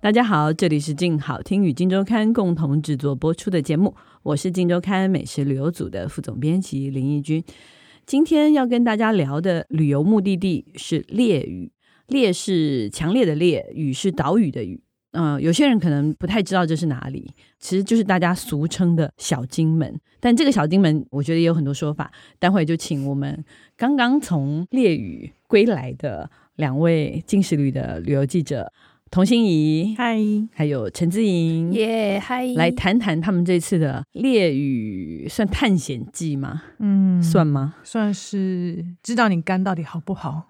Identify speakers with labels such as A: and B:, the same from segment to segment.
A: 大家好，这里是静好听与静周刊共同制作播出的节目，我是静周刊美食旅游组的副总编辑林义君。今天要跟大家聊的旅游目的地是烈屿，烈是强烈的烈，屿是岛屿的屿。嗯、有些人可能不太知道这是哪里，其实就是大家俗称的小金门。但这个小金门，我觉得也有很多说法。待会就请我们刚刚从烈屿归来的两位近视旅的旅游记者童心怡，
B: 嗨，
A: 还有陈志莹
C: 耶，嗨，
A: 来谈谈他们这次的猎屿算探险记吗？
B: 嗯，
A: 算吗？
B: 算是知道你肝到底好不好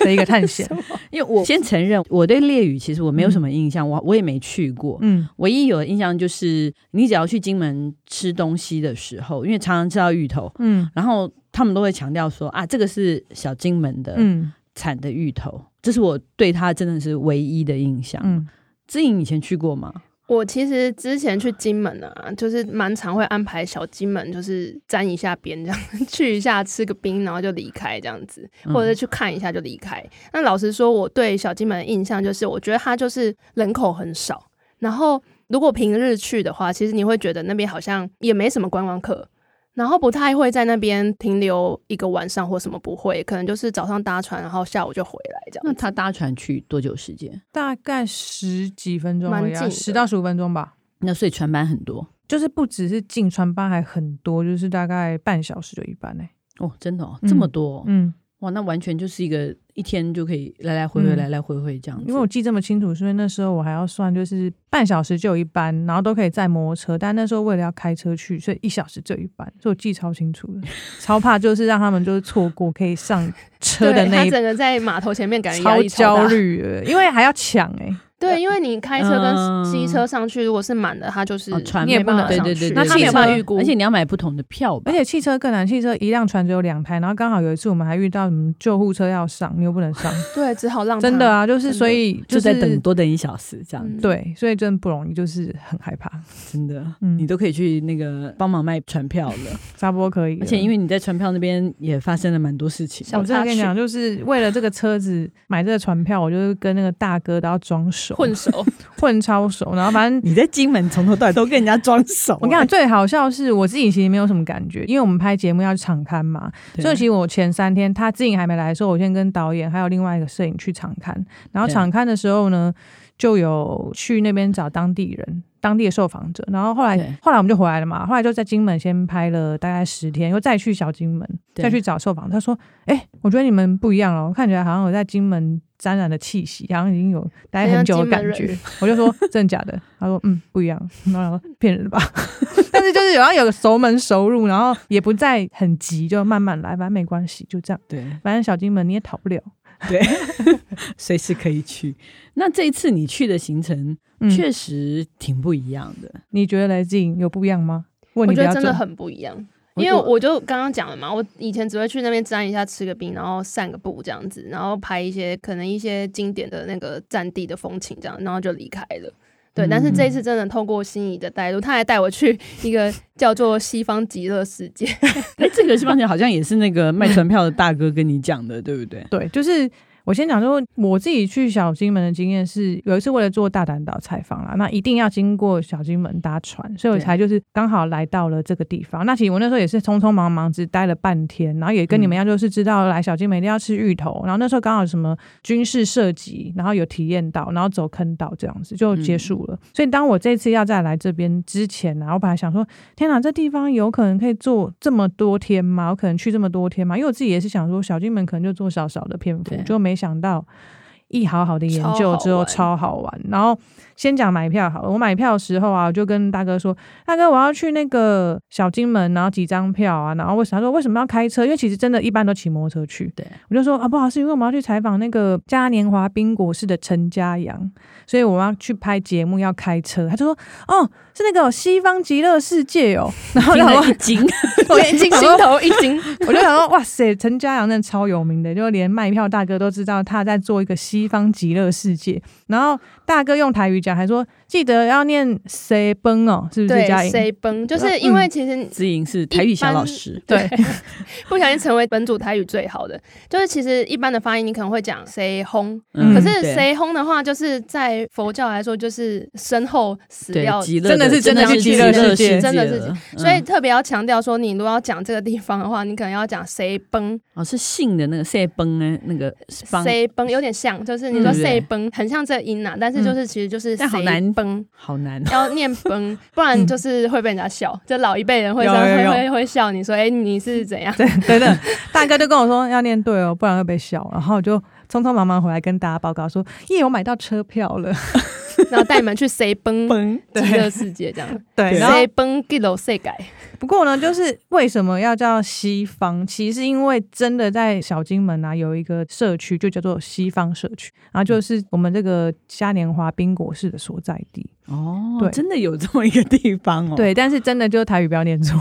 B: 的一个探险。
A: 因为我嗯先承认，我对猎屿其实我没有什么印象，我我也没去过。
B: 嗯，
A: 唯一有的印象就是，你只要去金门吃东西的时候，因为常常吃到芋头，
B: 嗯
A: 然后他们都会强调说啊，这个是小金门的
B: 嗯
A: 产的芋头，这是我对它真的是唯一的印象。
B: 嗯，
A: 志颖以前去过吗？
C: 我其实之前去金门啊，就是蛮常会安排小金门，就是沾一下边这样， 去一下吃个冰，然后就离开这样子，
A: 嗯
C: 或者是去看一下就离开。那老实说，我对小金门的印象就是，我觉得它就是人口很少，然后如果平日去的话，其实你会觉得那边好像也没什么观光客。然后不太会在那边停留一个晚上或什么，不会，可能就是早上搭船，然后下午就回来这
A: 那
C: 样子。
A: 他搭船去多久时间？
B: 大概十几分钟
C: 蛮
B: 而已啊，
C: 近的
B: 十到十五分钟吧。
A: 那所以船班很多
B: 就是不只是进船班，还很多，就是大概半小时就一班呢、
A: 哦，真的哦，
B: 嗯
A: 这么多哦、
B: 嗯，
A: 哇，那完全就是一个一天就可以来来回回、
B: 嗯
A: 来来回回这样子。
B: 因为我记这么清楚，是因为那时候我还要算，就是半小时就有一班，然后都可以载摩托车，但那时候为了要开车去，所以一小时就有一班，所以我记超清楚的，超怕就是让他们就是错过可以上车的
C: 对
B: 那
C: 他
B: 一班，
C: 整个在码头前面感觉压
B: 超
C: 力大
B: 焦虑的，因为还要抢哎、
C: 对，因为你开车
A: 嗯
C: 跟机车上去，如果是满的，它就是
A: 哦船
C: 你也不能
A: 对
C: 上
A: 对
C: 去
A: 对，
C: 那
A: 对
C: 他没有办法预估，
A: 而且你要买不同的票吧
B: 而。且汽车更难，汽车一辆船只有两台，然后刚好有一次我们还遇到什么救护车要上，你又不能 上，
C: 对，只好让
B: 真的啊，就是
C: 真的
B: 所以
A: 就是嗯在等多等一小时这
C: 它，
A: 样，
C: 嗯，
B: 对，所以真的不容易，就是很害怕，
A: 真的，
B: 嗯
A: 你都可以去那个帮忙卖船票了。
B: 差不多可以了。
A: 嗯 而且因为你在船票那边也发生了蛮多事情，
C: 小
B: 我真的
C: 插
B: 跟你
C: 曲
B: 讲，就是为了这个车子 买这个船票，我就是跟那个大哥都要装熟，
C: 混熟，
B: 混超熟，然后反 正。
A: 你在金门从头到尾都跟人家装熟、哎
B: 我跟你讲，最好笑的是我自己其实没有什么感觉，因为我们拍节目要去场刊嘛，
A: 对啊
B: 所以其实我前三天他自己还没来的时候，我先跟导演还有另外一个摄影去场刊，然后
A: 对
B: 场刊的时候呢，就有去那边找当地人、当地的受访者，然后后来
A: 对
B: 后来我们就回来了嘛，后来就在金门先拍了大概十天，又再去小金门
A: 对
B: 再去找受访，他说：“哎、我觉得你们不一样了，我看起来好像有在金门沾染的气息，好像已经有 待很久的感
C: 很像金
B: 觉
C: 门人。”
B: 我就说：“真的假的？”他说：“嗯，不一样。”然后我说：“骗人吧。” 但是就是有要有个熟门熟路，然后也不再很急，就慢慢来，反正没关系，就这样。
A: 对
B: 反正小金门你也逃不了。
A: 对，随时可以去。那这一次你去的行程
B: 嗯，
A: 确实挺不一样的，
B: 你觉得雷志颖有不一样吗？问
C: 我
B: 你比
C: 觉
B: 较
C: 得真
B: 准。
C: 的很不一样。
A: 我
C: 因为我就刚刚讲了嘛，我以前只会去那边沾一下、吃个冰，然后散个步这样子，然后拍一些可能一些经典的那个战地的风情这样，然后就离开了。对，但是这一次真的透过心仪的带路，他还带我去一个叫做西方极乐世界，
A: 哎，这个西方姐好像也是那个卖船票的大哥跟你讲的，对不 对？
B: 对，就是我先讲说，我自己去小金门的经验是，有一次为了做大胆岛采访啦，那一定要经过小金门搭船，所以我
A: 对
B: 才就是刚好来到了这个地方。那其实我那时候也是匆匆忙忙，只待了半天，然后也跟你们一样，就是知道来小金门一定要吃芋头，然后那时候刚好什么军事射击，然后有体验到，然后走坑道这样子就结束了。所以当我这次要再来这边之前呢、啊，我本来想说，天哪，这地方有可能可以做这么多天吗？我可能去这么多天吗？因为我自己也是想说，小金门可能就做少少的篇幅
A: 对，
B: 就没想到一好好的研究之后超
C: 超
B: 好玩。然后先讲买票好了，我买票的时候啊，我就跟大哥说，大哥我要去那个小金门，然后几张票啊，然后为什么他说为什么要开车？因为其实真的一般都骑摩托车去。
A: 对，
B: 我就说啊不好意思，因为我们要去采访那个嘉年华冰果室的陈嘉阳，所以我要去拍节目要开车。他就说哦是那个、哦西方极乐世界哦，然后
A: 听
B: 让我
A: 了一惊，
C: 我眼睛心头一惊，
B: 我就想说，哇塞，陈嘉阳真的超有名的，就连卖票大哥都知道他在做一个西方极乐世界。然后大哥用台语讲，还说记得要念 “say 崩”哦，是不是
C: 对
B: 嘉，颖？
C: 谁崩？
A: 嗯
C: 就是因为其实
A: 知莹是台语小老师，
B: 对，
C: 不小心成为本组台语最好的，就是其实一般的发音你可能会讲谁轰，
A: 嗯
C: 可是
A: 对
C: 谁轰的话，就是在佛教来说就是身后死
A: 对
C: 掉，
A: 极乐
B: 真的是
A: 真
C: 真的
A: 是
C: 是
A: 极
C: 极乐世
A: 世
C: 界
A: 界，
C: 真的是
A: 了，
C: 所以
A: 嗯
C: 特别要强调说，你如果要讲这个地方的话，你可能要讲谁崩
A: 哦是姓的那个塞崩呢，那个帮
C: 谁崩，有点像，就是你说
A: 嗯对嗯
C: 谁崩很像这个音呐、但是就是其实就是
A: 但好
C: 谁
A: 难嗯
C: 崩。
A: 好难，哦
C: 要念崩，不然就是会被人家笑。就老一辈人会
B: 有
C: 这样
B: 有
C: 会
B: 有
C: 会会笑你说：“哎，你是怎样
B: 对，等等，大哥就跟我说要念对哦，不然会被笑。然后我就匆匆忙忙回来跟大家报告说，耶，我买到车票了。？”
C: 然后带你们去谁 崩
A: 崩
C: 极乐世界这 样。
B: 对，然后
C: 谁崩给楼谁改？
B: 不过呢，就是为什么要叫西方？其实因为真的在小金门啊，有一个社区就叫做西方社区，然后就是
A: 嗯
B: 我们这个嘉年华冰果室的所在地。
A: 哦，
B: 对
A: 真的有这么一个地方哦，，
B: 对，但是真的就是台语不要 念错，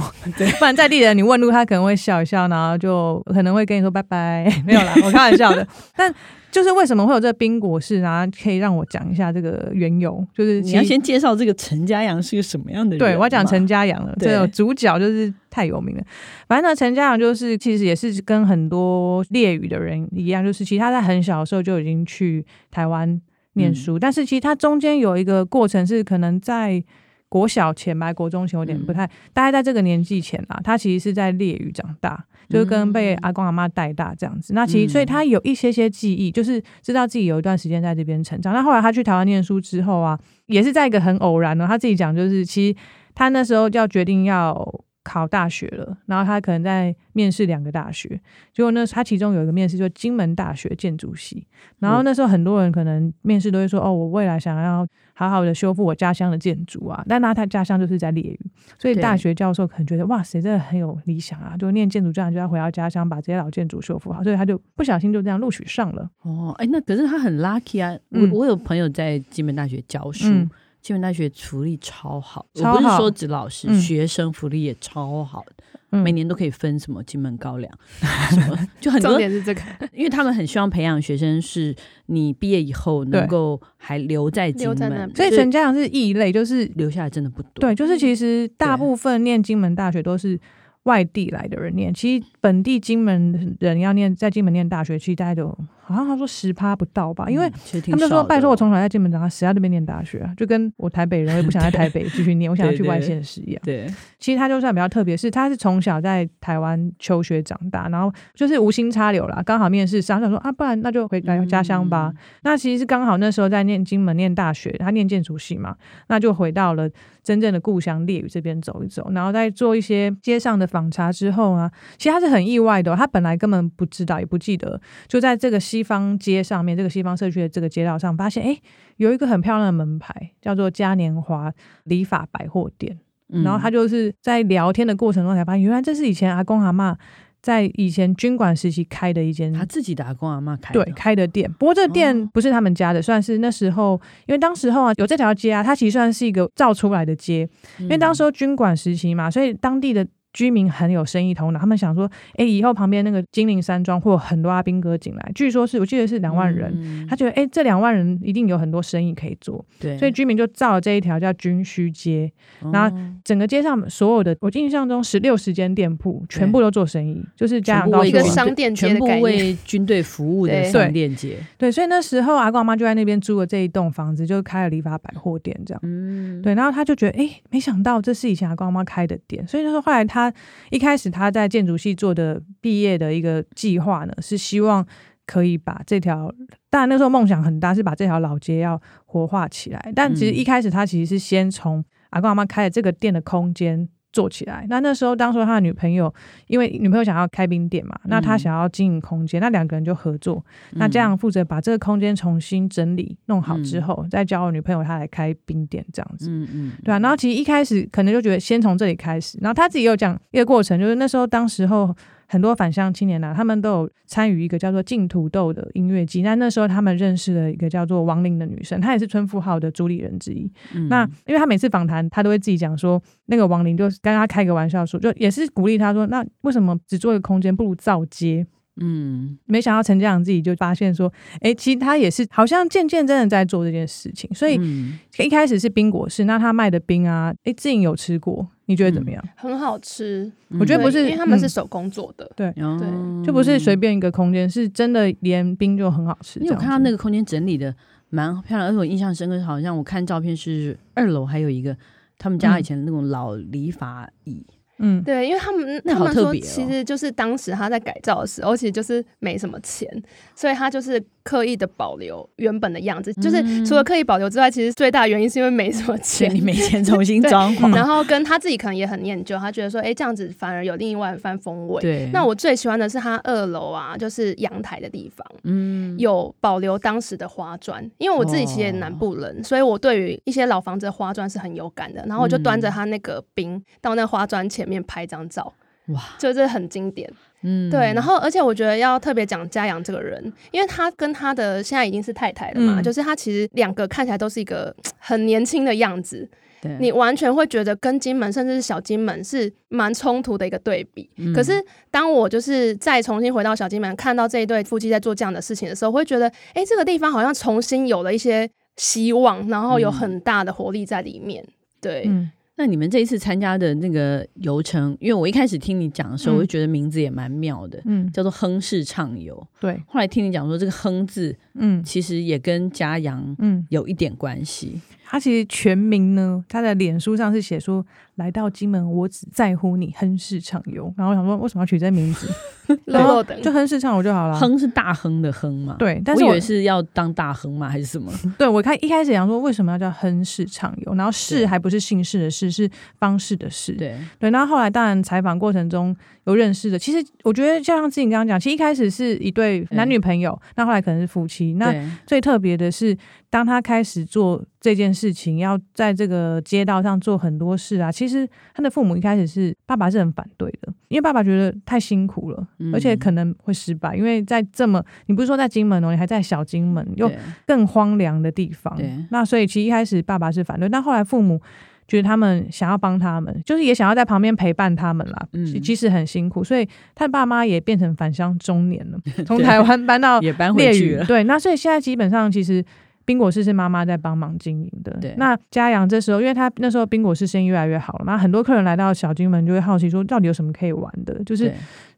B: 不然在地人你问路，他可能会笑一笑，然后就可能会跟你说拜拜， 没有啦，我开玩笑的。但就是为什么会有这个冰果室，然后可以让我讲一下这个缘由，就是
A: 你
B: 其
A: 要
B: 实
A: 先介绍这个陈家阳是个什么样的人嘛，
B: 对我要讲陈嘉阳了，
A: 对
B: 这个主角就是太有名了。反正呢，陈嘉阳就是其实也是跟很多猎语的人一样，就是其实他在很小的时候就已经去台湾念
A: 嗯
B: 书，但是其实他中间有一个过程是可能在。国小前吧，国中前有点
A: 嗯
B: 不太，大概在这个年纪前啦，他其实是在猎语长大，就是
A: 嗯
B: 跟被阿公阿妈带大这样子。那其实，所以他有一些些记忆，就是知道自己有一段时间在这边成长。那后来他去台湾念书之后啊，也是在一个很偶然哦的，他自己讲就是，其实他那时候要决定要考大学了，然后他可能在面试两个大学，结果呢，他其中有一个面试就金门大学建筑系，然
A: 嗯
B: 后那时候很多人可能面试都会说，哦，我未来想要好好的修复我家乡的建筑啊，但他他家乡就是在烈屿，所以
A: 对
B: 大学教授可能觉得，哇塞，这个很有理想啊，就念建筑这样就要回到家乡把这些老建筑修复好，所以他就不小心就这样录取上了。
A: 哦，哎，那可是他很 lucky 啊！我、
B: 嗯
A: 我有朋友在金门大学教书，
B: 嗯
A: 金门大学福利超好，
B: 超
A: 我不是
B: 好
A: 说指老师，
B: 嗯
A: 学生福利也超好，
B: 嗯
A: 每年都可以分什么金门高粱， 什么就很
C: 重
A: 多，
C: 点是这个
A: 因为他们很希望培养学生是你毕业以后能
B: 对
A: 够还留在金
C: 留在那
A: 门，
C: 边
B: 所以
A: 就是
B: 陈家阳是异类，就是
A: 留下来真的不多。
B: 对，就是其实大
A: 对
B: 部分念金门大学都是外地来的人念，其实
A: 嗯
B: 本地金门人要念在金门念大学，其实大概就好像他说十趴不到吧，
A: 嗯，
B: 啊因为。
A: 其实
B: 他
A: 挺
B: 们就
A: 少
B: 说：“
A: 的
B: 拜托，我从小在金门长大，谁要这边念大学啊？就跟我台北人，我也不想在台北继续念，我想要
A: 对
B: 去外
A: 对
B: 县市一样。
A: 对，
B: 其实他就算比较特别，是他是从小在台湾求学长大，然后就是无心插柳啦，刚好面试上，想说啊，不然那就回来家乡吧。那其实是刚好那时候在念金门念大学，他念建筑系嘛，那就回到了真正的故乡烈屿这边走一走，然后再做一些街上的访查之后啊，其实他是很意外的哦、他本来根本不知道也不记得，就在这个西方街上面，这个西方社区的这个街道上，发现诶有一个很漂亮的门牌，叫做嘉年华理发百货店。
A: 嗯
B: 然后他就是在聊天的过程中才发现，原来这是以前阿公阿嬷在以前军管时期开的一间
A: 他自己打工阿妈开的
B: 对，开的店，不过这个店
A: 哦
B: 不是他们家的，算是那时候，因为当时候啊，有这条街啊，它其实算是一个造出来的街，因为当
A: 嗯
B: 时候军管时期嘛，所以当地的居民很有生意头脑，他们想说，哎，以后旁边那个金陵山庄会有很多阿兵哥进来，据说是我记得是两万人，
A: 嗯
B: 他觉得哎，这两万人一定有很多生意可以做，
A: 对，哦
B: 所以居民就造了这一条叫军需街，然
A: 后
B: 整个街上所有的，我印象中十六十间店铺全部都做生意，就是
A: 全
B: 家长
A: 部
B: 告
A: 为
C: 一
B: 诉
C: 个
B: 我。
C: 商店街
A: 全
C: 的
A: 部
C: 概念，
A: 为军队服务的
C: 对
A: 商店街，
B: 对，所以那时候阿公阿妈就在那边租了这一栋房子，就开了理发百货店这样。
A: 嗯，
B: 对，然后他就觉得，哎、没想到这是以前阿公阿妈开的店，所以就是后来他一开始他在建筑系做的毕业的一个计划呢，是希望可以把这条，当然那时候梦想很大，是把这条老街要活化起来。但其实
A: 嗯
B: 一开始他其实是先从阿公阿妈开的这个店的空间做起来。那那时候，当时他的女朋友，因为女朋友想要开冰店嘛，那他
A: 嗯
B: 想要经营空间，那两个人就合作。那
A: 嗯
B: 这样负责把这个空间重新整理弄好之
A: 嗯
B: 后，再交我女朋友她来开冰店这样子。
A: 嗯嗯，
B: 对啊，然后其实一开始可能就觉得先从这里开始，然后他自己也有讲一个过程，就是那时候当时候很多返乡青年啊，他们都有参与一个叫做净土豆的音乐季。那那时候他们认识了一个叫做王玲的女生，她也是村妇号的主理人之一。
A: 嗯
B: 那因为他每次访谈，他都会自己讲说，那个王玲就是跟他开个玩笑说，就也是鼓励他说，那为什么只做一个空间，不如造街？
A: 嗯
B: 没想到陈家长自己就发现说，哎，其实他也是好像渐渐真的在做这件事情，所以
A: 嗯
B: 一开始是冰果室，那他卖的冰啊，哎，自己有吃过，你觉得怎
A: 嗯
B: 么样？
C: 很好吃。
B: 我觉得
C: 对
B: 不是
C: 因为他们
B: 嗯
C: 是手工做的，
A: 哦
B: 就不是随便一个空间，是真的连冰就很好吃。
A: 因为我看到
B: 这
A: 那
B: 样子
A: 个空间整理的蛮漂亮，而且我印象深刻，好像我看照片是二楼还有一个他们
C: 嗯
A: 家以前那种老理发椅，
B: 嗯，
C: 对，因为他们
A: 那
C: 他
A: 好
C: 们
A: 特
C: 说，
A: 别哦
C: 其实就是当时他在改造的时候，其实就是没什么钱，所以他就是刻意的保留原本的样子，就是除了刻意保留之外，其实最大原因是因为没什
A: 所
C: 么
A: 以
C: 钱
A: 你。没 钱重新
C: 对
A: 装潢。
C: 然后跟他自己可能也很念旧，他觉得说，哎，这样子反而有另外一番风味。
A: 对，
C: 那我最喜欢的是他二楼啊，就是阳台的地方，
A: 嗯
C: 有保留当时的花砖，因为我自己其实也南
A: 哦
C: 部人，所以我对于一些老房子的花砖是很有感的。然后我就端
A: 嗯
C: 着他那个冰到那花砖前面拍张照，
A: 哇，
C: 就是很经典。
A: 嗯
C: 对，然后而且我觉得要特别讲嘉阳这个人，因为他跟他的现在已经是太太了嘛，
B: 嗯
C: 就是他其实两个看起来都是一个嘖很年轻的样子，
A: 对
C: 你完全会觉得跟金门甚至是小金门是蛮冲突的一个对比。
A: 嗯
C: 可是当我就是再重新回到小金门，看到这一对夫妻在做这样的事情的时候，我会觉得，哎，这个地方好像重新有了一些希望，然后有
A: 嗯
C: 很大的活力在里面。对，
B: 嗯，
A: 那你们这一次参加的那个游程，因为我一开始听你讲的时候，
B: 嗯
A: 我就觉得名字也蛮妙的，
B: 嗯，
A: 叫做“亨氏畅游
B: 对”。，
A: 后来听你讲说，这个“亨”字
B: 嗯
A: 其实也跟嘉阳
B: 嗯，
A: 有一点关系。
B: 他其实全名呢，他的脸书上是写说，来到金门，我只在乎你，亨氏畅游。然后我想说，为什么要取这名字？
C: 然后等
B: 就亨氏畅游就
C: 啊
B: 好了。
A: 亨是大亨的亨嘛？，
B: 对，但
A: 我
B: 是
A: 以
B: 我
A: 为是要当大亨嘛，还是 什么？
B: 对我看一开始想说为什么要叫亨氏畅游，然后氏
A: 对
B: 还不是姓氏的氏，是方式的氏。
A: 对，
B: 对，那后来当然采访过程中有认识的，其实我觉得就像志颖刚刚讲，其实一开始是一对男女朋友，那后来可能是夫妻。那
A: 对
B: 最特别的是，当他开始做这件事情，要在这个街道上做很多事啊，其实他的父母一开始是爸爸是很反对的，因为爸爸觉得太辛苦了，而且
A: 嗯
B: 可能会失败，因为在这么你不是说在金门哦，你还在小金门，又
A: 对
B: 更荒凉的地方
A: 对。
B: 那所以其实一开始爸爸是反对，但后来父母觉得他们想要帮他们，就是也想要在旁边陪伴他们啦。
A: 嗯
B: 其其实很辛苦，所以他爸妈也变成返乡中年 了，从台湾搬到
A: 也搬回
B: 烈
A: 去
B: 屿。
A: 了。
B: 对，那所以现在基本上其实。冰果室是妈妈在帮忙经营的。
A: 对
B: 那嘉阳这时候，因为他那时候冰果室生意越来越好了嘛，那很多客人来到小金门就会好奇说，到底有什么可以玩的？就是
A: 对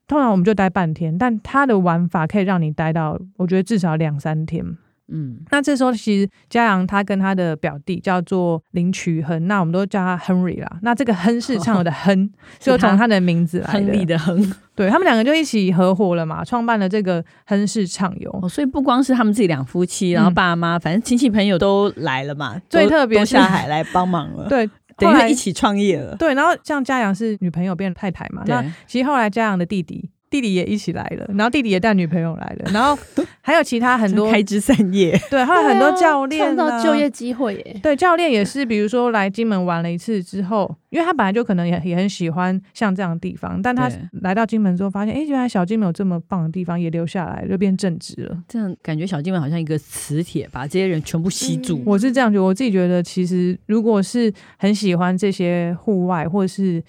B: 通常我们就待半天，但他的玩法可以让你待到，我觉得至少两三天。
A: 嗯
B: 那这时候其实嘉阳他跟他的表弟叫做林渠亨，那我们都叫他 Henry 啦。那这个亨是唱的 亨，就从他的名字来
A: 亨利
B: 的。
A: 的 亨
B: 对他们两个就一起合伙了嘛，创办了这个亨氏畅游。
A: 哦，所以不光是他们自己两夫妻，然后
B: 嗯
A: 爸妈，反正亲戚朋友都来了嘛，
B: 最
A: 都
B: 特别
A: 都
B: 是
A: 下海来帮忙 了，，
B: 对，
A: 等
B: 后
A: 于
B: 来
A: 是一起创业了。
B: 对，然后像嘉阳是女朋友变太太嘛，那
A: 对
B: 其实后来嘉阳的弟弟。弟弟也一起来了，然后弟弟也带女朋友来了，然后还有其他很多
A: 开枝散叶，
B: 对，还有很多教练、啊、
C: 创造就业机会耶。
B: 对，教练也是，比如说来金门玩了一次之后，因为他本来就可能也也很喜欢像这样的地方，但他
A: 对
B: 来到金门之后发现，哎，原来小金门有这么棒的地方，也留下来，就变正直了。
A: 这样感觉小金门好像一个磁铁，把这些人全部吸住。
B: 我是这样觉得，我自己觉得，其实如果是很喜欢这些户外，或者是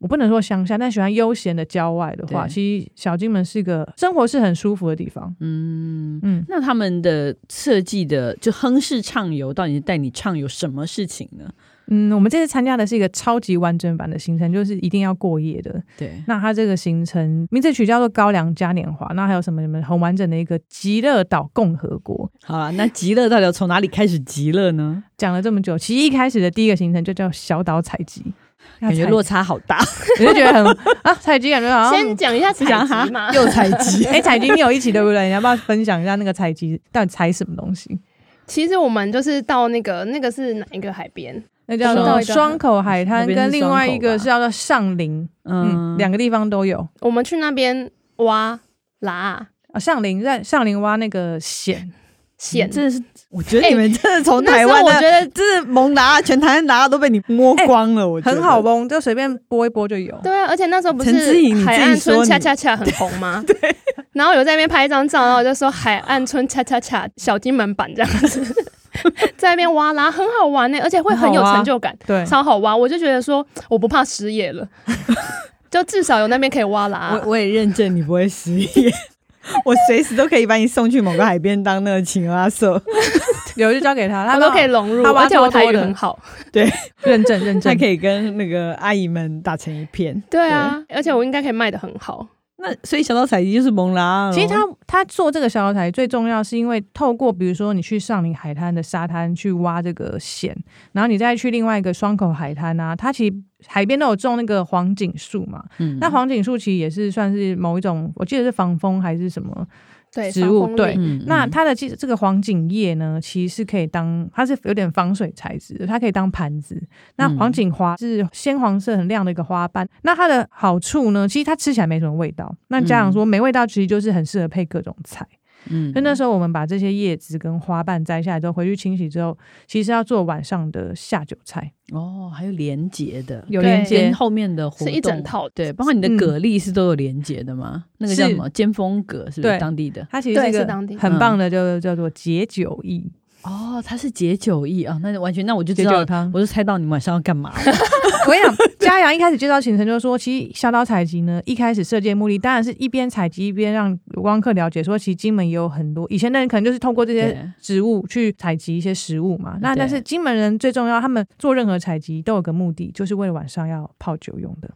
B: 我不能说乡下，但喜欢悠闲的郊外的话，
A: 对
B: 其实小金门是个生活是很舒服的地方。
A: 嗯，
B: 嗯，
A: 那他们的设计的就亨氏畅游，到底是带你畅游什么事情呢？
B: 嗯，我们这次参加的是一个超级完整版的行程，就是一定要过夜的。
A: 对，
B: 那它这个行程名字取叫做高粱嘉年华，那还有什么？你们很完整的一个极乐岛共和国。
A: 好了，那极乐到底要从哪里开始极乐呢？
B: 讲了这么久，其实一开始的第一个行程就叫小岛采集，
A: 感觉
B: 那采
A: 落差好大，
B: 你就觉得很啊，采集感觉 好
C: 先
B: 像。
C: 讲一下采
A: 想哈
C: 集嘛，
A: 又采集。
B: 哎，采集你有一起对不对？你要不要分享一下那个采集到底采什么东西？
C: 其实我们就是到那个那个是哪一个海边？
B: 那叫
C: 我知道
B: 做
C: 一个
B: 双口海
A: 那
B: 滩，
A: 边是
B: 跟另外一
A: 双口
B: 个
A: 吧
B: 是叫做上林， 嗯，两个地方都有。
C: 我们去那边挖拉
B: 啊，上林在上林挖那个蚬，
C: 线，
A: 嗯真的是，我觉得
C: 哎
A: 你们真的从
C: 那
A: 台
C: 时
A: 湾
C: 候我
A: 的
C: 觉得哎
A: 真是蒙拿，全台湾拿都被你摸光了，我觉得
B: 很好。蒙，就随便拨一拨就有。
C: 对啊，而且那时候不是
A: 陈志颖你自己
C: 海岸村
A: 说你
C: 恰恰恰很红吗？对。 然后有在那边拍一张照，然后我就说海岸村恰恰恰 小金门版这样子， 在那边挖啦，很好玩呢、而且会很有
B: 很好挖
C: 成就感，
B: 对，
C: 超好挖。我就觉得说我不怕失业了，就至少有那边可以挖啦
A: 我。我也认证你不会失业， 我随时都可以把你送去某个海边当那个请阿瑟，
B: 有就交给 他，他
C: 我都可以融入，
B: 他挖
C: 而且我
B: 多多
C: 台语
B: 的
C: 很好。
B: 认证认
A: 他
B: 证
A: 可。以跟那个阿姨们打成一片。
C: 对啊，而且我应该可以卖的很好。
A: 那所以小岛采集就是蒙哦拉，
B: 其实他他做这个小岛台最重要，是因为透过比如说你去上林海滩的沙滩去挖这个蚬，然后你再去另外一个双口海滩啊，它其实海边都有种那个黄锦树嘛，
A: 嗯
B: 那黄锦树其实也是算是某一种，我记得是防风还是什么
C: 对，
B: 植
C: 防
B: 物
C: 风
B: 对
C: 力
A: 嗯
B: 那
A: 嗯
B: 它的其实这个黄锦叶呢，其实是可以当它是有点防水材质的，它可以当盘子。那
A: 嗯
B: 黄锦花是鲜黄色很亮的一个花瓣，那它的好处呢，其实它吃起来没什么味道。那家
C: 嗯
B: 长说没味道，其实就是很适合配各种菜。
A: 嗯
B: 所以那时候我们把这些叶子跟花瓣摘下来之后，回去清洗之后，其实要做晚上的下酒菜，
A: 哦，还有连结的，
B: 有
C: 对
B: 连接
A: 跟。后面的活
C: 是
A: 动
C: 一整。套的。
A: 对，包括你的
B: 嗯
A: 蛤蜊是都有连结的吗？那个叫
B: 是
A: 什么尖峰蛤，是不是
B: 对
A: 当地的？
B: 它其实是一
C: 对是
B: 个
C: 当地嗯
B: 很棒的，就叫做解酒意，
A: 哦，它是解酒意啊，那完全，那我就知
B: 解
A: 道
B: 酒汤。
A: 我就猜到你晚上要干嘛了。
B: 我跟你讲，嘉阳一开始介绍行程就说，其实小岛采集呢，一开始设计的目的当然是一边采集一边让观光客了解，说其实金门也有很多以前的人可能就是透过这些
A: 对
B: 植物去采集一些食物嘛。那
A: 对
B: 但是金门人最重要，他们做任何采集都有个目的，就是为了晚上要泡酒用的。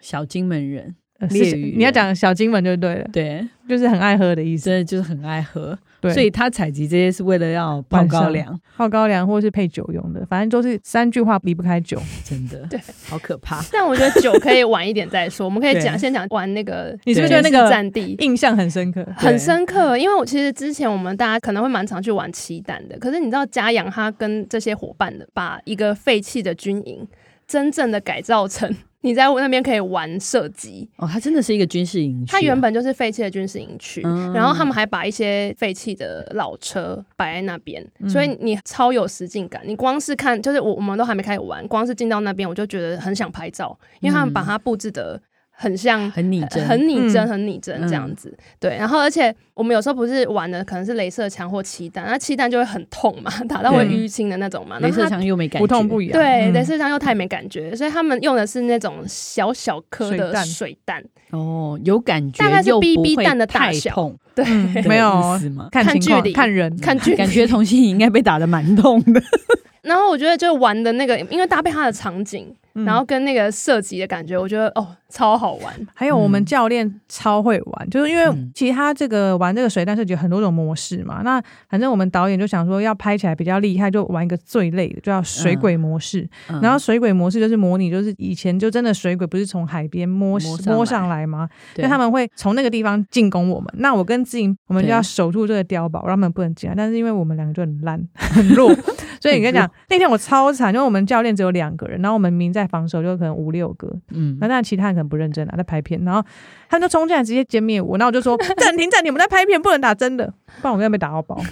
A: 小金门人，
B: 呃
A: 猎
B: 是
A: 鱼啊人
B: 你要讲小金门就对了，
A: 对，
B: 就是很爱喝的意思。
A: 真的就是很爱喝，
B: 对，
A: 所以他采集这些是为了要泡高 粱，
B: 泡高粱或是配酒用的，反正都是三句话离不开酒。
A: 真的，
C: 对，
A: 好可怕。
C: 但我觉得酒可以晚一点再说，我 们可以讲
A: 对
C: 先讲玩那个，
B: 你
A: 是不是
C: 对
B: 觉得那个
C: 战地
B: 印象很深刻，
C: 很深刻，因为我其实之前我们大家可能会蛮常去玩骑蛋的，可是你知道嘉阳他跟这些伙伴的，把一个废弃的军营真正的改造成你在那边可以玩射击。
A: 哦，他真的是一个军事营区啊，
C: 它原本就是废弃的军事营区，
A: 嗯
C: 然后他们还把一些废弃的老车摆在那边，所以你超有实境感。你光是看，就是我我们都还没开始玩，光是进到那边我就觉得很想拍照，因为他们把它布置的呃很像
A: 很拟真，
C: 很拟真，
B: 嗯
C: 很拟真
A: 嗯
C: 这样子。对，然后而且我们有时候不是玩的可能是镭射枪或气弹，那气弹就会很痛嘛， 打到会
A: 对
C: 淤青的那种嘛。那
A: 镭射
C: 它
A: 枪又没感觉，
B: 不痛不痒。
C: 对，
B: 嗯
C: 镭射枪又太没感觉，所以他们用的是那种小小颗
B: 水
C: 的
B: 弹
C: 水弹，
A: 哦，有感觉，
C: 大概是
A: 又不
C: BB
A: 会
C: 弹的大
A: 太
C: 小
A: 痛
C: 对，
B: 嗯
A: 的
B: 没有
A: 意思吗？
B: 看
C: 看
B: 情
C: 距
B: 况
C: 离
B: 看人，
C: 看距
A: 感觉同性应该被打的蛮痛的，
C: 然后我觉得就是玩的那个，因为搭配它的场景，
B: 嗯
C: 然后跟那个射击的感觉，我觉得哦超好玩。
B: 还有我们
A: 嗯
B: 教练超会玩，就是因
A: 嗯
B: 为其实他这个玩这个水弹射击有很多种模式嘛。那反正我们导演就想说要拍起来比较厉害，就玩一个最累的，就叫水鬼模式。
A: 嗯
B: 然后水鬼模式就是模拟，就是以前就真的水鬼不是从海边摸
A: 摸上来
B: 摸上来吗？
A: 对
B: 那他们会从那个地方进攻我们。那我跟志颖，我们就
A: 对
B: 要守住这个碉堡，让他们不能进来。但是因为我们两个就很烂、 很弱，所以你跟你讲，那天我超惨，因为我们教练只有两个人，然后我们明明在防守就可能五六个，
A: 嗯
B: 那，当然其他人可能不认真啊，在拍片，然后他们就冲进来直接歼灭我，那我就说暂停暂停，我们在拍片，不能打真的，不然我们要被打到爆。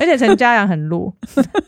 B: 而且陈嘉阳很 弱，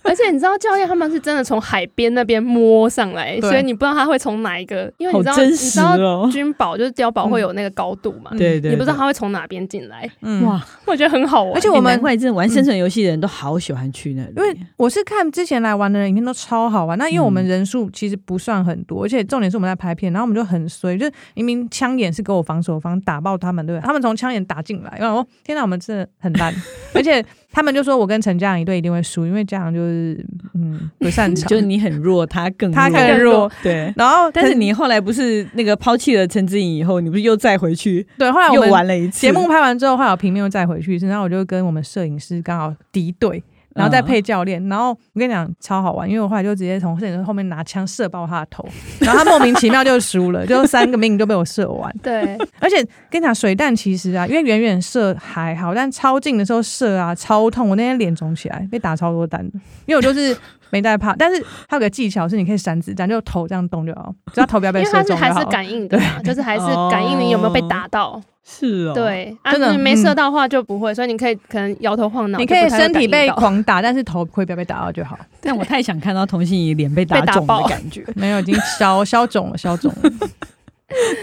C: 而且你知道教练他们是真的从海边那边摸上来，
B: 对
C: 所以你不知道他会从哪一个，因为你
A: 好
C: 知道、
A: 真
C: 你知
A: 实
C: 道
A: 哦，
C: 军堡就是碉堡会有那个高度嘛，
B: 嗯
A: 对对，
C: 你不知道
A: 对
C: 它会从哪边进来，
B: 嗯哇，
A: 哇，
C: 我觉得很好玩。
B: 而且我
A: 欸
B: 们
A: 难怪真的玩生存游戏的人都好喜欢去那里，
B: 因为我是看之前来玩的人影片都超好玩，那因为我们
A: 嗯
B: 人数其实不算很多，而且重点是我们在拍片，然后我们就很衰，就是明明枪眼是给我防守方打爆他们，对不对？他们从枪眼打进来，然后天哪，我们真的很 烂，而且他们就说我跟陈嘉阳一队一定会输，因为嘉阳就是嗯 不擅长，
A: 就是你很弱，他更
B: 他
A: 弱
B: 更弱，
A: 对。
B: 然后
A: 但是
B: 陈
A: 你后来不是那个抛弃了陈志颖以后，你不是又再回去
B: 对后来我
A: 又
B: 们
A: 玩了一次
B: 节目，拍完之后，后来我平面又再回去一次，然后我就跟我们摄影师刚好敌对，然
A: 啊
B: 后再配教
C: 嗯
B: 练，然后我跟你讲超好玩，因为我后来就直接从摄影师后面拿枪射爆他的 头，然后他莫名其妙就输了，就三个命就被我射 完。
C: 对，
B: 而且跟你讲，水弹其实啊，因为远远射还好，但超近的时候射啊超痛，我那天脸肿起来，被打超多弹的，因为我就是没带怕，但是它有个技巧是你可以闪子弹，就头这样动就好，只要头不要
C: 因
B: 被
C: 为
B: 射
C: 它是
B: 中就哦
C: 还
B: 好
C: 是。感应的嘛，就是还是感应你有没有被打到。
A: 是哦，，
C: 对，啊，
B: 哦真的
C: 你没射
B: 嗯
C: 到的话就不会，所以你可以可能摇头晃脑，
B: 你
C: 就
B: 可以
C: 不太会
B: 身体
C: 感
B: 被
C: 应到
B: 狂打，但是头会不要被打到就好。
A: 但我太想看到童心怡脸 被打
C: 被打
A: 肿的
C: 爆
A: 感 觉，
B: 没有，已经消消肿了，消 肿了。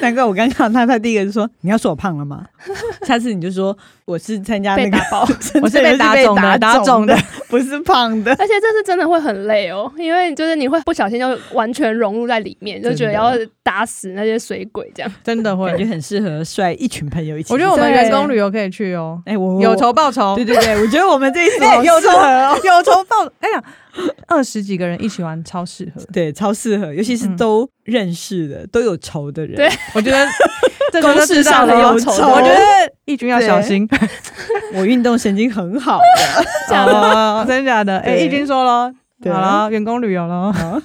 A: 难怪我刚刚他他第一个就说你要说我胖了吗？ 下次你就说我是参 加那
C: 被
A: 个，
C: 打爆，
B: 我是被打肿的，打肿的。，
A: 不是胖的。
C: 而且这是真的会很累哦，因为就是你会不小心就完全融入在里面，就觉得
A: 真
C: 要
A: 的
C: 打死那些水鬼 这样。
B: 真的会
A: 感。觉很适合率一群朋友一起。
B: 我觉得我们
C: 对
B: 员工旅游可以去哦，
A: 哎，我
B: 有，仇报仇
A: 对。对对，我觉得我们这 一次
B: 哎
A: 好
B: 有
A: 适合哦，
B: 有仇报，哎呀，二十几个人一起玩超适合。
A: 对，超适合，尤其是
B: 嗯
A: 都认识的、都有仇的人，
C: 对
B: 我觉得 这
A: 公
B: 就
A: 事
B: 是
A: 上的有仇。
C: 仇
B: 我觉得义军要小心。
A: 我运动神经很好的，
C: 假的
B: 哦真的假的？哎，
A: 对
B: 义军说喽，
A: 对
B: 好了，员工旅游喽。
A: 好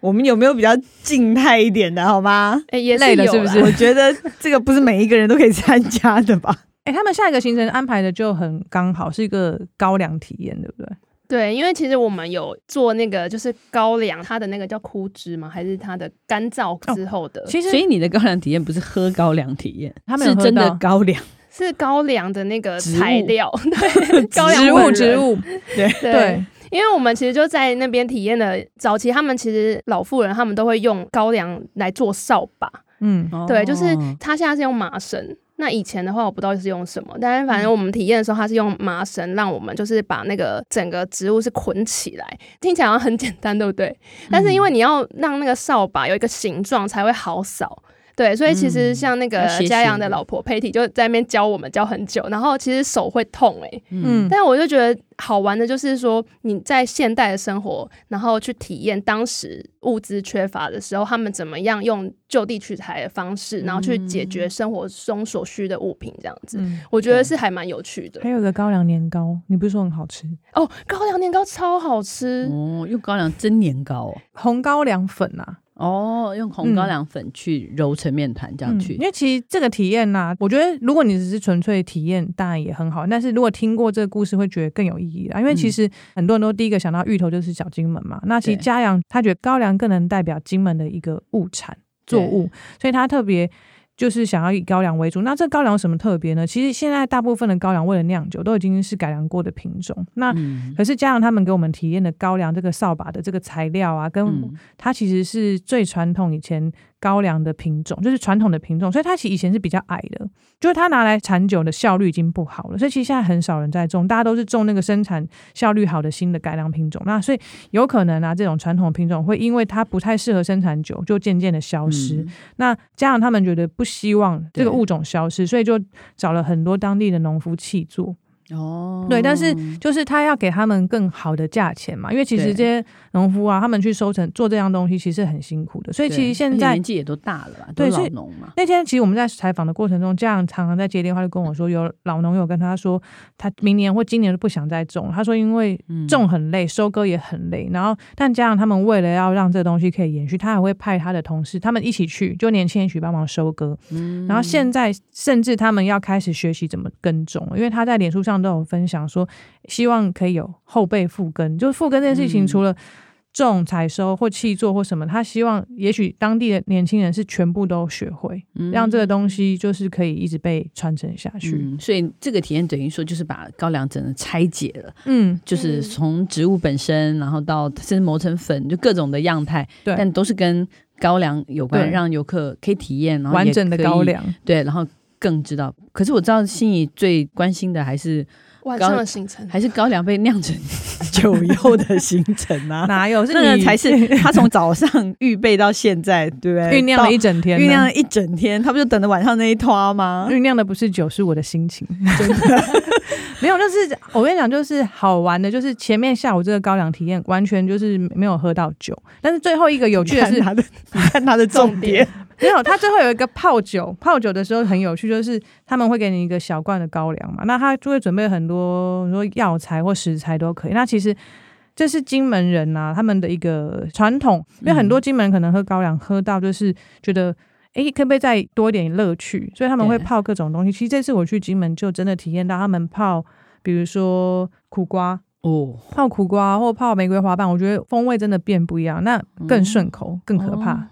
A: 我们有没有比较静态一点的，好吗？
C: 哎、也是
B: 累
C: 有
B: 了
C: 啦
B: 是不是
A: 我觉得这个不是每一个人都可以参加的吧？
B: 哎，他们下一个行程安排的就很刚好，是一个高粱体验，对不对？
C: 对，因为其实我们有做那个，就是高粱，它的那个叫枯枝吗？还是它的干燥之后的？
B: 其实
A: 所以你的高粱体验不是喝高粱体验，
B: 他们有
A: 是
B: 喝
A: 真的
B: 到
A: 高粱，
C: 是高粱的那个
A: 植物
C: 材 料，对，高粱
B: 植
C: 本
B: 物
C: 人
B: 植物，
C: 对。
B: 对，
C: 因为我们其实就在那边体验了，早期他们其实老妇人他们都会用高粱来做扫把，
B: 嗯，
A: 哦
C: 对，就是他现在是用麻绳。那以前的话，我不知道是用什么，但是反正我们体验的时候，它是用麻绳让我们就是把那个整个植物是捆起来，听起来好像很简单，对不对？
A: 嗯
C: 但是因为你要让那个扫把有一个形状才会好扫。对，所以其实像那
A: 要
C: 个
A: 斜斜
C: 嘉阳的
A: 的
C: 老婆佩蒂就在那边教我们教很久，然后其实手会痛诶、欸
A: 嗯
B: 嗯
C: 但我就觉得好玩的就是说，你在现代的生活，然后去体验当时物资缺乏的时候，他们怎么样用就地取材的方式，然后去解决生活中所需的物品，这样子。
B: 嗯
C: 我觉得是还蛮有趣的
B: 还有一个高粱年糕，你不是说很好吃？
C: 哦，高粱年糕超好吃，
A: 哦，用高粱蒸年糕哦。
B: 红高粱粉啊，
A: 哦，用红高粱粉去揉成面团，这样去
B: 嗯因。为其实这个体验呐、我觉得如果你只是纯粹体验，当然也很好。但是如果听过这个故事，会觉得更有意义啦。因为其实很多人都第一个想到芋头就是小金门嘛。那其实
A: 嗯对
B: 嘉阳他觉得高粱更能代表金门的一个物产作物，所以他特别。就是想要以高粱为主，那这高粱有什么特别呢？其实现在大部分的高粱为了酿酒都已经是改良过的品种。那
A: 嗯
B: 可是嘉阳他们给我们体验的高粱这个扫把的这个材料啊，跟
A: 嗯
B: 它其实是最传统以前高粱的品种，就是传统的品种，所以它其实以前是比较矮的，就是它拿来产酒的效率已经不好了，所以其实现在很少人在种，大家都是种那个生产效率好的新的改良品种。那所以有可能啊，这种传统品种会因为它不太适合生产酒，就渐渐的消失。
A: 嗯
B: 那加上他们觉得不希望这个
A: 对
B: 物种消失，所以就找了很多当地的农夫弃作。
A: 哦，
B: 对，但是就是他要给他们更好的价钱嘛，因为其实
A: 对
B: 这些农夫啊，他们去收成做这样东西其实很辛苦的，所以其实
A: 对嗯
B: 现
A: 而且
B: 在
A: 年纪也都大了吧，都
B: 对所
A: 老
B: 以
A: 农嘛，
B: 那天其实我们在采访的过程中，这样常常在接电话就跟我说，有老农友跟他说，他明年或今年都不想再种了，他说因为
A: 嗯
B: 种很累，收割也很累，然后但加上他们为了要让这个东西可以延续，他还会派他的同事他们一起去，就年轻人一起帮忙收割，
A: 嗯
B: 然后现在甚至他们要开始学习怎么耕种，因为他在脸书上都有分享说，希望可以有后辈复耕，就是复耕这件事情，
A: 嗯
B: 除了种、采收或弃作或什么，他希望也许当地的年轻人是全部都学会，
A: 嗯
B: 让这个东西就是可以一直被传承下去。
A: 嗯，所以这个体验等于说就是把高粱整个拆解了，
B: 嗯，
A: 就是
C: 嗯
A: 从植物本身，然后到甚至磨成粉，就各种的样态，
B: 对
A: 但都是跟高粱有关，
B: 对
A: 让游客可以体验，然后也
B: 完整的
A: 可以
B: 高，粱，
A: 对，然后更知道。可是我知道心仪最关心的还 是
C: 晚
A: 高
C: 上的行程
A: 还是高粱被酿成酒釉的行程 啊，
B: 哪有
A: 那
B: 是
A: 个
B: 你
A: 才是他从早上预备到现在，对不对？
B: 呃酝酿了一整天
A: 到酝
B: 呢，
A: 酿了一整天，他不就等着晚上那一拖吗？
B: 酝酿的不是酒，是我的心情。 没有，就是我跟你讲，就是好玩的，就是前面下午这个高粱体验完全就是没有喝到酒，但是最后一个有趣的
A: 看
B: 是，
A: 他的，看他的重点，
B: 没有，它最后有一个泡酒，泡酒的时候很有趣，就是他们会给你一个小罐的高粱嘛，那他就会准备很多说药材或食材都可以。那其实。这是金门人呐、他们的一个传统，因为很多金门人可能喝高粱喝到就是觉得，诶，可不可以再多一点乐趣？所以他们会
A: 对
B: 泡各种东西。其实这次我去金门就真的体验到他们泡，比如说苦瓜，
A: 哦，
B: 泡苦瓜或泡玫瑰花瓣，我觉得风味真的变不一样，那更顺口，更可怕，
A: 哦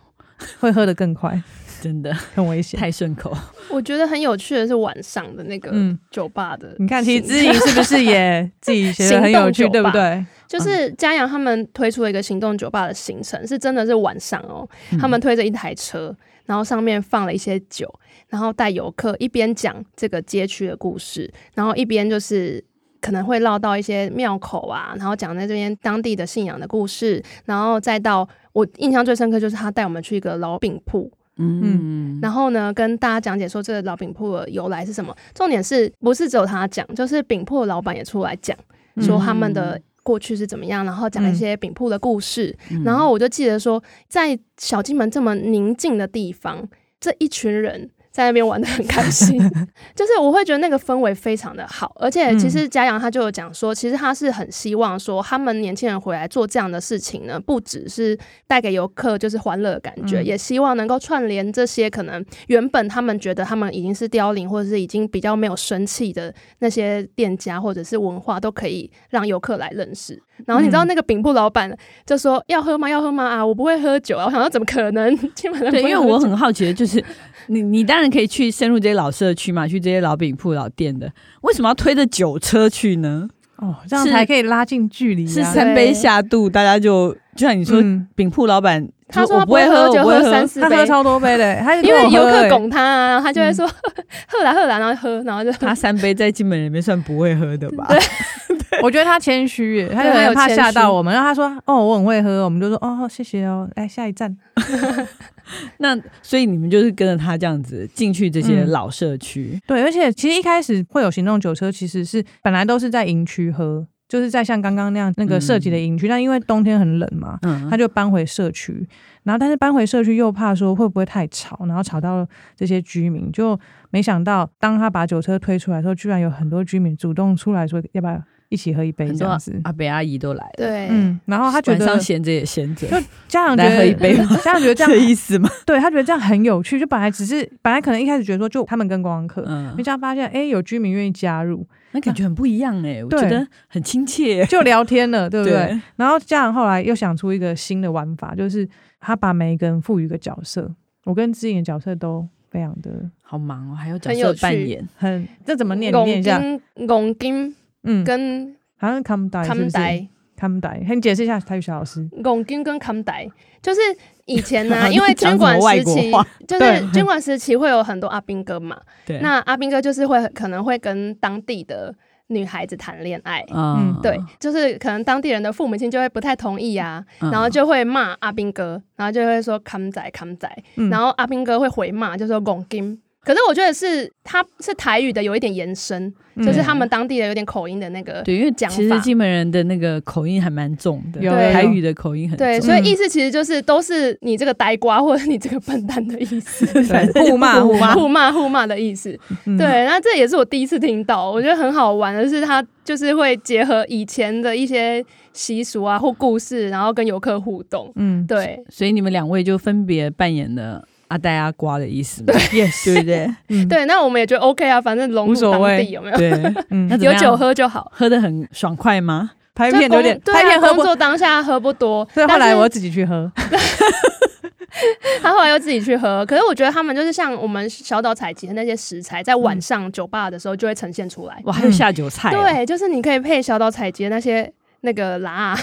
B: 会喝得更快，
A: 真 的
B: 很危险。
A: 太顺 口。
C: 我觉得很有趣的是晚上的那个
B: 嗯
C: 酒吧的行程，
B: 你看，其实知颖是不是也 自己觉得很有趣，
C: 行
B: 对
C: 动酒
B: 不
C: 吧
B: 对？
C: 就是嘉阳他们推出了一个行动酒吧的行程，是真的是晚上哦，
A: 嗯
C: 他们推着一台车，然后上面放了一些酒，然后带游客一边讲这个街区的故事，然后一边就是。可能会绕到一些庙口啊，然后讲在这边当地的信仰的故事，然后再到我印象最深刻就是他带我们去一个老饼铺，
A: 嗯，
C: 然后呢，跟大家讲解说这个老饼铺的由来是什么。重点是不是只有他讲，就是饼铺的老板也出来讲，
B: 嗯
C: 说他们的过去是怎么样，然后讲一些饼铺的故事。
B: 嗯
C: 然后我就记得说，在小金门这么宁静的地方，这一群人。在那边玩的很开 心，就是我会觉得那个氛围非常的好，
B: 嗯
C: 而且其实嘉阳他就有讲说，其实他是很希望说他们年轻人回来做这样的事情呢，不只是带给游客就是欢乐的感觉，
B: 嗯
C: 也希望能够串联这些可能原本他们觉得他们已经是凋零，或者是已经比较没有生气的那些店家或者是文化，都可以让游客来认识。然后你知道
B: 嗯
C: 那个饼铺老板就说要喝吗？要喝吗？啊，我不会喝酒啊！我想说怎么可能？ 基本上
A: 对，因为我很好奇的就是， 你你当然可以去深入这些老社区嘛，去这些老饼铺、老店的，为什么要推着酒车去呢？
B: 哦，这样
A: 是
B: 才可以拉近距离、啊。
A: 是三杯下肚，大家就就像你说，
B: 嗯
A: 饼铺老板
C: 他说
A: 我
C: 他
A: 不
C: 不
A: 会
C: 会喝，
A: 我
C: 就
A: 不会
C: 喝
A: 喝
C: 三四
B: 他
C: 杯
B: 喝。超多杯的，他
C: 因为游客
B: 拱
C: 拱他、啊，他就会说、 喝啦喝啦，然后喝，然后就
A: 嗯他三杯在金门人里面算不会喝的吧？
B: 我觉得他谦虚耶，他
C: 对
B: 有点
C: 有
B: 怕
C: 谦
B: 吓
C: 虚
B: 到我们。然后他说：“哦，我很会喝。”我们就说：“哦，谢谢哦，哎，下一站。
A: 那所以你们就是跟着他这样子进去这些
B: 嗯
A: 老社区”，
B: 对，而且其实一开始会有行动酒车，其实是本来都是在营区喝，就是在像刚刚那样那
C: 嗯
B: 个设计的营区。但因为冬天很冷嘛，
A: 嗯，
B: 他就搬回社区。然后但是搬回社区又怕说会不会太吵，然后吵到这些居民。就没想到当他把酒车推出来的时候，居然有很多居民主动出来说要不要一起喝一杯
A: 很
B: 这
A: 多
B: 样子。
A: 阿伯阿姨都来了，
C: 对，
B: 嗯，然后他觉
A: 晚
B: 得
A: 上闲着也闲着，
B: 家长觉
A: 来喝一
B: 得。嗯
A: 杯吗？
B: 家长觉得这 样
A: 这意思吗？
B: 对他觉得这样很有趣，就本来只是本来可能一开始觉得说就他们跟观光客，
A: 嗯
B: 就，这样发现哎、诶有居民愿意加入，
A: 那感觉很不一样哎、我
B: 对
A: 觉得很亲切、
B: 就聊天了，对不对？
A: 对
B: 然后家长后来又想出一个新的玩法，就是他把每一个人赋予一个角色，我跟知颖的角色都非常的
A: 好忙哦，还有角
C: 很
A: 色
C: 有趣
A: 扮演，
B: 很，这怎么念？你
C: 拱
B: 念一下，
C: 金拱金
B: 嗯，
C: 跟
B: 好像 come die
A: 啊
B: 是
C: 康
B: 不是
C: 代，
B: come die？你解释一下台语小老师，
C: 拱金跟康代，就是以前呢、
A: 好
C: 因为
A: 你讲什
C: 军
A: 么
C: 管
A: 外
C: 时
A: 国
C: 期
A: 话，
C: 就是军管时期会有很多阿兵哥嘛，
A: 对，
C: 那阿兵哥就是会可能会跟当地的女孩子谈恋爱。
A: 嗯
B: 嗯
C: 对，就是可能当地人的父母亲就会不太同意啊，
A: 嗯
C: 然后就会骂阿兵哥，然后就会说康仔康仔，
B: 嗯
C: 然后阿兵哥会回骂，就说拱金。可是我觉得是他是台语的有一点延伸，
B: 嗯
C: 就是他们当地的有点口音的那个
A: 对，因为
C: 讲
A: 其实
C: 法
A: 金门人的那个口音还蛮重的，
B: 有
C: 对
A: 台语的口音很重，
C: 对，
B: 重
C: 所以意思其实就是都是你这个呆瓜或者你这个笨蛋的意思，
B: 对互骂互骂，
C: 互骂互骂的意思。
B: 嗯，
C: 对，那这也是我第一次听到，我觉得很好玩的是，它就是会结合以前的一些习俗啊或故事，然后跟游客互动。
B: 嗯，
C: 对，
A: 所以你们两位就分别扮演了阿呆阿瓜的意思 嘛，yes, 对不对？
B: 嗯，
C: 对，那我们也觉得 OK 啊，反正融
B: 无
C: 入
B: 所
C: 当
B: 谓
C: 地有没有？
A: 对， 那
B: 嗯，
A: 怎么
C: 有
A: 样
C: 酒，喝就好。
A: 喝的很爽快吗？
B: 拍
C: 就
B: 片有点，
C: 工
B: 拍
C: 对
B: 片
C: 啊，
B: 喝不
C: 工，作当下喝不 多，
B: 所以后
C: 但
B: 来
C: 是
B: 我自己去 喝，
C: 他后来又自己去喝。可是我觉得他们就是像我们小岛采集的那些食材，在晚上酒吧的时候就会呈现出来。
A: 哇，还有下酒菜、
B: 嗯
A: 哦，
C: 嗯对，就是你可以配小岛采集的那些那个辣 啊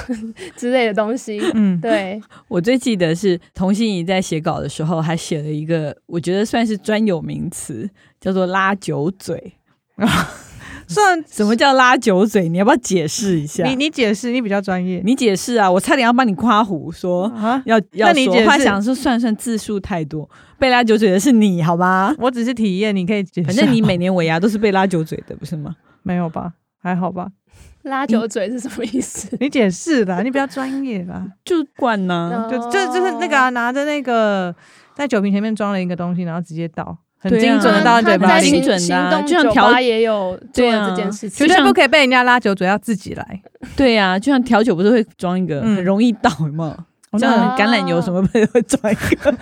C: 之类的东西。
B: 嗯，
C: 对，
A: 我最记得是童心怡在写稿的时候，还写了一个我觉得算是专有名词，叫做“拉酒嘴
B: 算”。
A: 什么叫拉酒嘴？你要不要解释一下？
B: 你你解释，你比较专业。
A: 你解释啊！我差点要帮你夸胡说，
B: 啊，
A: 要要
B: 那你
A: 说
B: 解，释
A: 话想说算算字数太多，被拉酒嘴的是你，好吧？
B: 我只是体验，你可以解释。
A: 反正你每年尾牙都是被拉酒嘴的，不是吗？
B: 没有吧？还好吧？
C: 拉酒嘴是什么意思？
B: 你解释啦，你比较专业啦。
A: 就惯呢、
B: 嗯
C: 哦
B: 就就就是那个、啊、拿着那个在酒瓶前面装了一个东西，然后直接倒，很精准的
A: 啊
B: 倒到
A: 对
B: 嘴
A: 他
B: 巴
C: 嗯在
A: 精
B: 里
C: 行，
A: 准的啊
C: 行动
A: 就像
C: 酒
A: 调
C: 吧也有做了这件事
A: 对
C: 情
B: 绝
A: 啊。
B: 对
A: 像
B: 不可以被人家拉酒嘴，要自己来。
A: 对呀、就像调酒不是会装一个，
B: 嗯
A: 很容易倒，有没有？
B: 哦
A: 像
B: 那
C: 样
A: 橄榄油什么不是会装一个？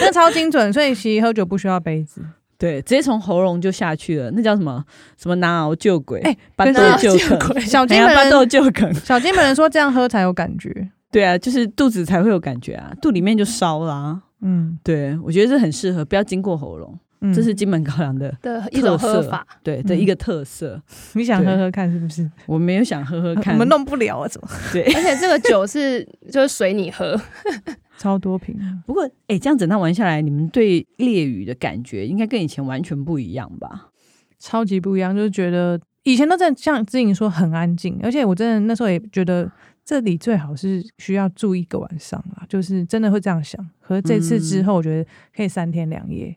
B: 那超精准，所以其实喝酒不需要杯子。
A: 对，直接从喉咙就下去了，那叫什么什么拿熬救鬼，
B: 哎
A: 巴
B: 可
A: 豆
B: 是
A: 救
C: 救
A: 梗，
C: 鬼
B: 小
A: 等
B: 金
A: 一下巴
B: 门
A: 豆救梗，
B: 小金门人说这样喝才有感觉，
A: 对啊，就是肚子才会有感觉啊，肚里面就烧啦、
B: 嗯，
A: 对，我觉得这很适合，不要经过喉咙，
B: 嗯
A: 这是金门高粱的
C: 的一
A: 特
C: 种喝
A: 色
C: 法。，
A: 对的一个特色。
B: 你想喝喝看是不是？
A: 我没有想喝喝
B: 呃我
A: 看，
B: 们弄不了啊，怎么？
A: 对。
C: 而且这个酒是就是随你喝，
B: 超多瓶，
A: 不过，哎、这样整趟玩下来，你们对烈屿的感觉应该跟以前完全不一样吧？
B: 超级不一样，就是觉得以前都在像之颖说很安静，而且我真的那时候也觉得这里最好是需要住一个晚上啦，就是真的会这样想。可是这次之后，我觉得可以三天两夜，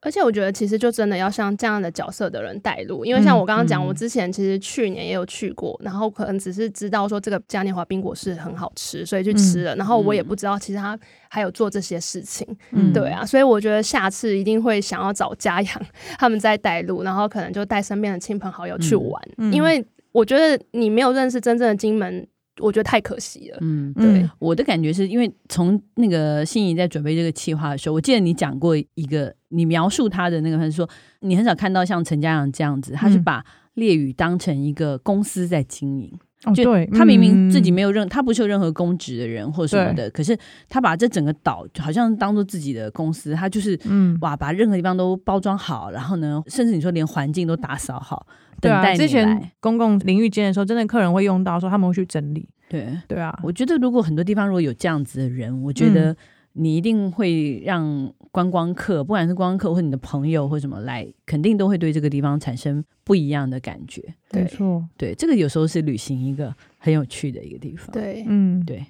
C: 而且我觉得其实就真的要像这样的角色的人带路，因为像我刚刚讲，
A: 嗯嗯
C: 我之前其实去年也有去过，然后可能只是知道说这个嘉年华冰果是很好吃，所以去吃了，然后我也不知道其实他还有做这些事情，
A: 嗯
C: 对啊，所以我觉得下次一定会想要找家养他们在带路，然后可能就带身边的亲朋好友去
A: 嗯
C: 玩，
B: 嗯
C: 因为我觉得你没有认识真正的金门，我觉得太可惜了。
A: 嗯，
C: 对
B: 嗯
A: 我的感觉是因为从那个心仪在准备这个企划的时候，我记得你讲过一个，你描述他的那个，他说你很少看到像陈家阳这样子，他是
B: 嗯
A: 把烈屿当成一个公司在经营，
B: 哦
A: 就
B: 对，
A: 他明明自己
B: 嗯
A: 没有任，他不是有任何公职的人或什么的，可是他把这整个岛好像当做自己的公司，他就是
B: 嗯，
A: 哇，把任何地方都包装好，然后呢，甚至你说连环境都打扫好，
B: 对
A: 等
B: 啊，
A: 待你
B: 之前
A: 来。
B: 公共淋浴间的时候，真的客人会用到，说他们会去整理，
A: 对，
B: 对啊，
A: 我觉得如果很多地方如果有这样子的人，我觉
B: 嗯
A: 得你一定会让观光客，不管是观光客或你的朋友或什么来，肯定都会对这个地方产生不一样的感觉。
C: 对
B: 没错，
A: 对，这个有时候是旅行一个很有趣的一个地方。
C: 对，
B: 嗯，
A: 对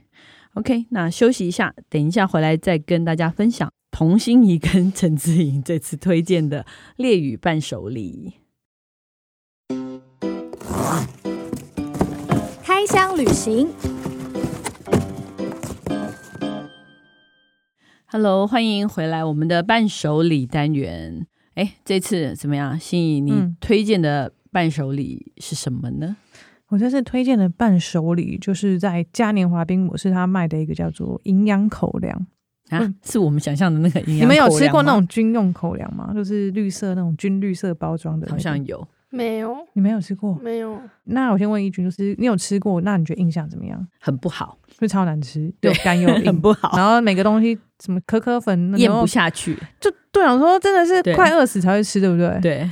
A: ，OK，那休息一下，等一下回来再跟大家分享童心怡跟 陈志颖这次推荐的烈屿伴手礼。
D: 开箱旅行，
A: Hello，欢迎回来我们的伴手礼单元。哎，这次怎么样？心怡，你
B: 嗯
A: 推荐的伴手礼是什么呢？
B: 我这次推荐的伴手礼，就是在嘉年华冰果是他卖的一个叫做营养口粮。
A: 啊
B: 嗯，
A: 是我们想象的那个营养
B: 你们有
A: 口
B: 吃
A: 粮
B: 过那
A: 吗？
B: 种军用口粮吗？就是绿色那种军绿色包装的、
A: 好像。有，
C: 没有，
B: 你没有吃过？
C: 没有，
B: 那我先问一句，就是你有吃过？那你觉得印象怎么样？
A: 很不 好，
B: 就超难吃，
A: 对
B: 又干又
A: 很
B: 硬，
A: 不好，
B: 然后每个东西什么可可粉，
A: 咽
B: 然后
A: 不下 去。
B: 就对啊，我说真的
A: 对
B: 是快饿死才会吃，对不对？
A: 对，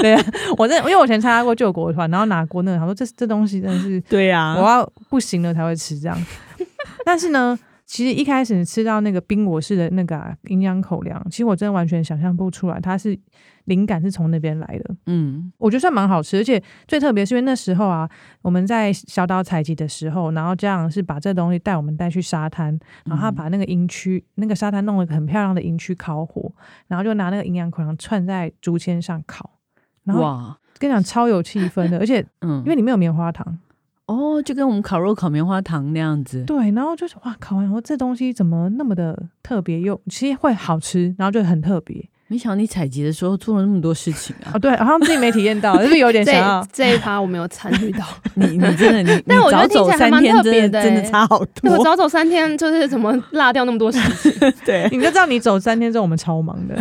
B: 对啊，我真的因为我以前参加过救国团，然后拿过那个，他说这这东西真的是
A: 对呀、
B: 我要不行了才会吃这样。 但是呢，其实一开始吃到那个冰果式的那个啊营养口粮，其实我真的完全想象不出来，它是灵感是从那边来的。
A: 嗯
B: 我觉得算蛮好吃，而且最特别是因为那时候啊，我们在小岛采集的时候，然后家长是把这东西带我们带去沙滩，然后他把那个营区、那个沙滩弄了一个很漂亮的营区烤火，然后就拿那个营养口粮串在竹签上烤。然后
A: 哇，
B: 跟你讲超有气氛的，而且
A: 嗯，
B: 因为里面有棉花糖，
A: 哦，就跟我们烤肉、烤棉花糖那样子。
B: 对，然后就是哇，烤完以后这东西怎么那么的特别又其实会好吃，然后就很特别
A: 没想到你采集的时候做了那么多事情啊
B: 哦。！对，好像自己没体验到，就是有点
C: 这
B: 想要。
C: 这一趴我没有参与到。
A: 你你真的你，
C: 但
A: 你
C: 我觉
A: 早
C: 得听
A: 走
C: 起来还
A: 三
C: 蛮
A: 天
C: 特别
A: 真的
C: 的
A: 真的
C: 欸
A: 差好
C: 对我
A: 多。
C: 早走三天，就是怎么落掉那么多时 间？
A: 对，
B: 你就知道你走三天之后我们超忙的，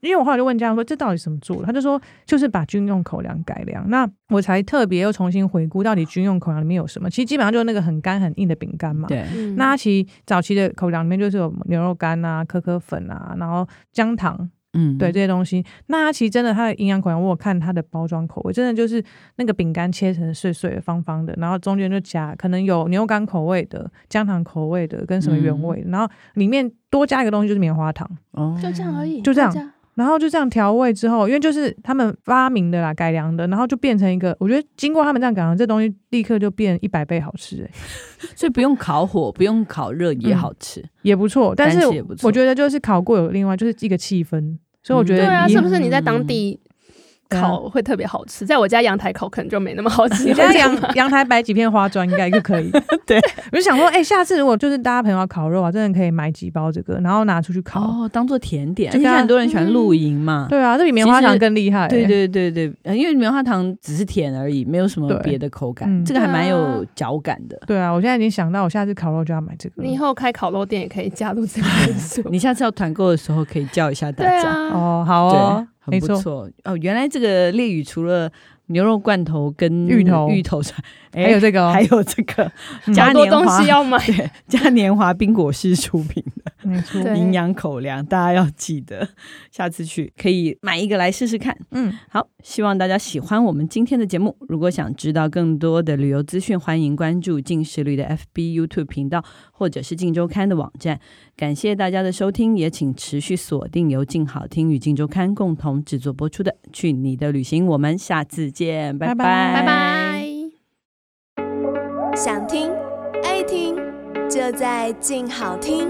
B: 因为我后来就问家长说这到底怎么做的，他就说就是把军用口粮改良。那我才特别又重新回顾到底军用口粮里面有什么，其实基本上就是那个很干很硬的饼干嘛。
A: 对，
C: 嗯
B: 那它其实早期的口粮里面就是有牛肉干啊、可可粉啊，然后姜糖，
A: 嗯，
B: 对这些东西。那它其实真的它的营养口粮，我有看它的包装口味，真的就是那个饼干切成碎碎的、方方的，然后中间就夹可能有牛肉干口味的、姜糖口味的跟什么原味
A: 嗯
B: 的，然后里面多加一个东西就是棉花糖，
A: 哦，
C: 就这样而已，
B: 就这样然后就这样调味之后，因为就是他们发明的啦、改良的，然后就变成一个，我觉得经过他们这样改良，这东西立刻就变一百倍好吃、欸，
A: 所以不用烤火，不用烤热也
B: 嗯
A: 好吃。
B: 也不错。但是
A: 单吃也不错嗯
B: 我觉得就是烤过有另外就是一个气氛，所以我觉
A: 对
B: 得
C: 对啊，
B: 你
C: 是不是你在当地烤会特别好吃，在我家阳台烤可能就没那么好吃。
B: 啊你家
C: 会这样吗
B: 阳阳台摆几片花砖应该就可以。
A: 对，
B: 我就想说，哎、下次如果就是大家朋友要烤肉啊，真的可以买几包这个，然后拿出去烤。
A: 哦，当做甜点，而
B: 就
A: 且
B: 跟
A: 现在
B: 它
A: 很多人喜欢
C: 嗯
A: 露营嘛。
B: 对啊，这比棉花糖更厉害、欸
A: 对对对对，呃因为棉花糖只是甜而已，没有什么
B: 对
A: 别的口感，
B: 嗯
A: 这个还蛮有
D: 啊
A: 嚼感的。。
B: 对啊！我现在已经想到，我下次烤肉就要买这个了。
C: 你以后开烤肉店也可以加入这个元素
A: 你下次要团购的时候可以叫一下 大
C: 对
A: 家。
C: 啊，
B: 哦，好哦，
A: 对，
B: 没
A: 很不
B: 错，
A: 错哦。原来这个烈屿除了牛肉罐头跟
B: 芋头
A: 芋头之外，哎
B: 还有这个、哦，
A: 还有这 个
B: 嗯
A: 嘉
C: 好多
A: 年
C: 东
A: 华
C: 西，要买。
A: 对，嘉年华冰果室出品
B: 没错，
A: 的
C: 对
A: 营养口粮，大家要记得，下次去可以买一个来试试看。
B: 嗯，
A: 好，希望大家喜欢我们今天的节目。如果想知道更多的旅游资讯，欢迎关注近视旅的 FB、YouTube 频道，或者是静周刊的网站。感谢大家的收听，也请持续锁定由静好听与静周刊共同制作播出的《去你的旅行》，我们下次见，拜
B: 拜拜
C: 拜拜。
E: 想听爱听，就在静好听。